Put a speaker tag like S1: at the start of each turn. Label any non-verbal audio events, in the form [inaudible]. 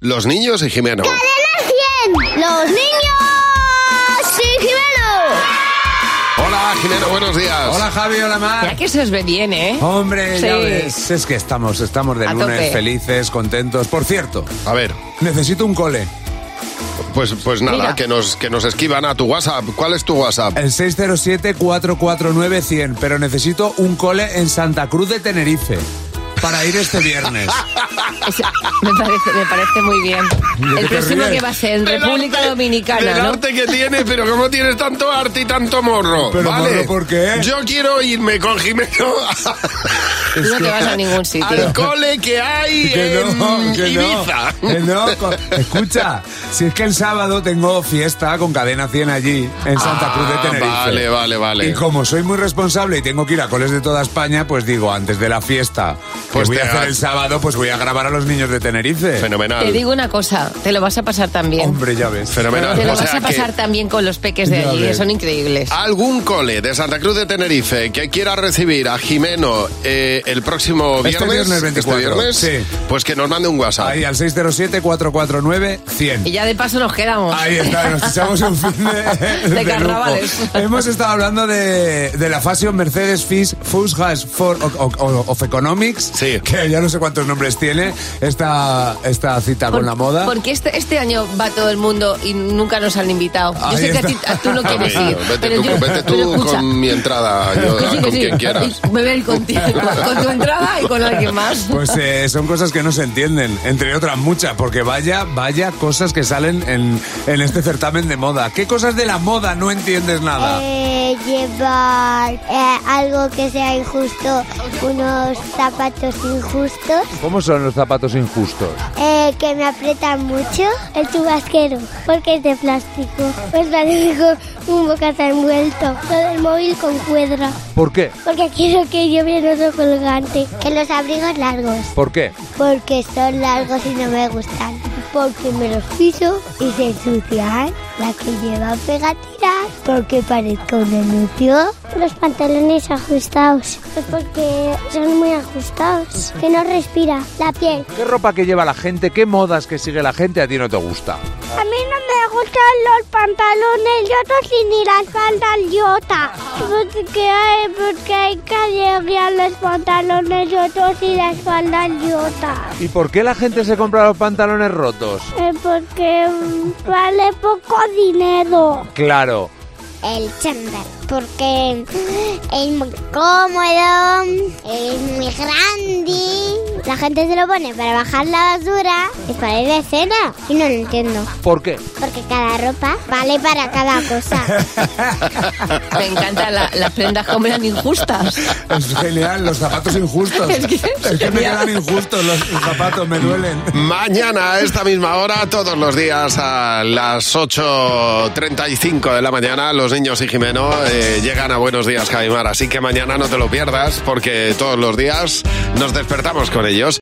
S1: Los niños y Jimeno.
S2: ¡Los niños! ¡Sí,
S1: Hola, Jimeno, buenos días.
S3: Hola Javi, hola Mar.
S4: Ya que se os ve bien, ¿eh?
S3: Hombre, ya
S4: Sí.
S3: ves, es que estamos, estamos de
S4: A
S3: lunes
S4: tope.
S3: felices, contentos. Por cierto,
S1: A ver,
S3: necesito un cole.
S1: pues, pues nada,
S4: Mira.
S1: que nos, que nos esquivan a tu WhatsApp. ¿Cuál es tu WhatsApp?
S3: El 607-449-100, pero necesito un cole en Santa Cruz de Tenerife para ir este
S4: [laughs]
S3: viernes.
S4: Es- me, parece, me parece muy bien.
S3: qué te
S4: El próximo
S3: ríes?
S4: que va a ser en
S1: Del
S4: República
S1: arte-
S4: Dominicana,
S1: del
S4: ¿no?
S1: arte que tiene, pero cómo tienes tanto arte y tanto morro.
S3: Pero,
S1: ¿vale?
S3: morro, ¿por qué?
S1: Yo quiero irme con Jimeno
S4: Tú no te vas a ningún sitio.
S1: al cole que hay
S3: Que no,
S1: en
S3: que no,
S1: Ibiza.
S3: que no, con- Escucha, si es que el sábado tengo fiesta con Cadena 100 allí, en Santa Cruz de
S1: Ah,
S3: Tenerife.
S1: Vale, vale, vale.
S3: Y como soy muy responsable y tengo que ir a coles de toda España, pues digo, antes de la fiesta,
S1: Pues
S3: pues voy
S1: te
S3: a hacer
S1: ha-
S3: el sábado, pues voy a grabar a los niños de Tenerife.
S4: Te
S1: Fenomenal.
S4: digo una cosa, te lo vas a pasar también.
S3: Hombre, ya ves.
S1: Fenomenal.
S4: te lo
S1: O
S4: vas
S1: sea
S4: a pasar
S1: que
S4: también con los peques de
S3: Ya
S4: allí, que
S3: ves. Ah.
S4: son increíbles.
S1: algún cole de Santa Cruz de Tenerife que quiera recibir a Jimeno eh, el próximo
S3: Este
S1: viernes,
S3: viernes 24,
S1: viernes,
S3: sí.
S1: pues que nos mande un WhatsApp.
S3: Ahí, al 607-449-100.
S4: Y ya de paso nos quedamos.
S3: Ahí está, nos echamos un fin de,
S4: [laughs] De
S3: lujo.
S4: carnavales.
S3: Hemos estado hablando de, de la Fashion Mercedes Fish Fusgas for o- o- of Economics,
S1: Sí.
S3: que ya no sé cuántos nombres tiene esta, esta cita
S4: Por-
S3: con la moda.
S4: Porque este, este año va todo el mundo y nunca nos han invitado.
S3: Ahí
S4: Yo sé que a, ti,
S3: está.
S4: a tú no
S1: No,
S4: quieres
S1: no,
S4: ir.
S1: vete
S4: pero
S1: tú,
S4: yo-
S1: vete tú
S4: pero escucha,
S1: con mi entrada, yo,
S4: que [laughs] sí, que
S1: con
S4: sí.
S1: quien quieras.
S4: Y [laughs] me voy a ir contigo, con tu entrada y con alguien más.
S3: Pues eh, son cosas que no se entienden, entre otras muchas, porque vaya, vaya cosas que salen en, en este certamen de moda. ¿Qué cosas de la moda no entiendes nada?
S5: Eh, llevar eh, algo que sea injusto, unos zapatos injustos
S3: ¿Cómo son los zapatos injustos?
S5: eh, que me aprietan mucho. El chubasquero, porque es de plástico. Pues la dejo un bocata envuelto. Todo el móvil con cuadra,
S3: ¿Por qué?
S5: porque quiero que yo me otro colgante. Que los abrigos largos,
S3: ¿Por qué?
S5: porque son largos y no me gustan. Porque me los piso y se ensucian. La que lleva pegatinas. Porque parezco un denuncio. Los pantalones ajustados. Pues porque son muy ajustados. Que no respira la piel.
S3: ¿Qué ropa que lleva la gente? ¿Qué modas que sigue la gente a ti no te gusta?
S5: A mí no me gustan los pantalones yotos y ni las faldas yota. Porque hay, porque hay que llevar los pantalones yotos y las faldas yotas.
S3: ¿Y por qué la gente se compra los pantalones rotos?
S5: Eh, porque mm, vale poco dinero.
S3: Claro.
S5: El chándal, porque es muy cómodo, es muy grande. La gente se lo pone para bajar la basura y para ir de cena. Y no lo entiendo,
S3: ¿Por qué?
S5: porque cada ropa vale para cada [laughs] cosa.
S4: Me encantan la- las prendas como eran injustas.
S3: Es genial, los zapatos injustos.
S4: Es que [laughs] es
S3: me
S4: genial.
S3: quedan injustos los zapatos, me duelen.
S1: Mañana a esta misma hora, todos los días a las 8.35 de la mañana, los niños y Jimeno eh, llegan a Buenos Días Javimar. Así que mañana no te lo pierdas porque todos los días nos despertamos con ellos.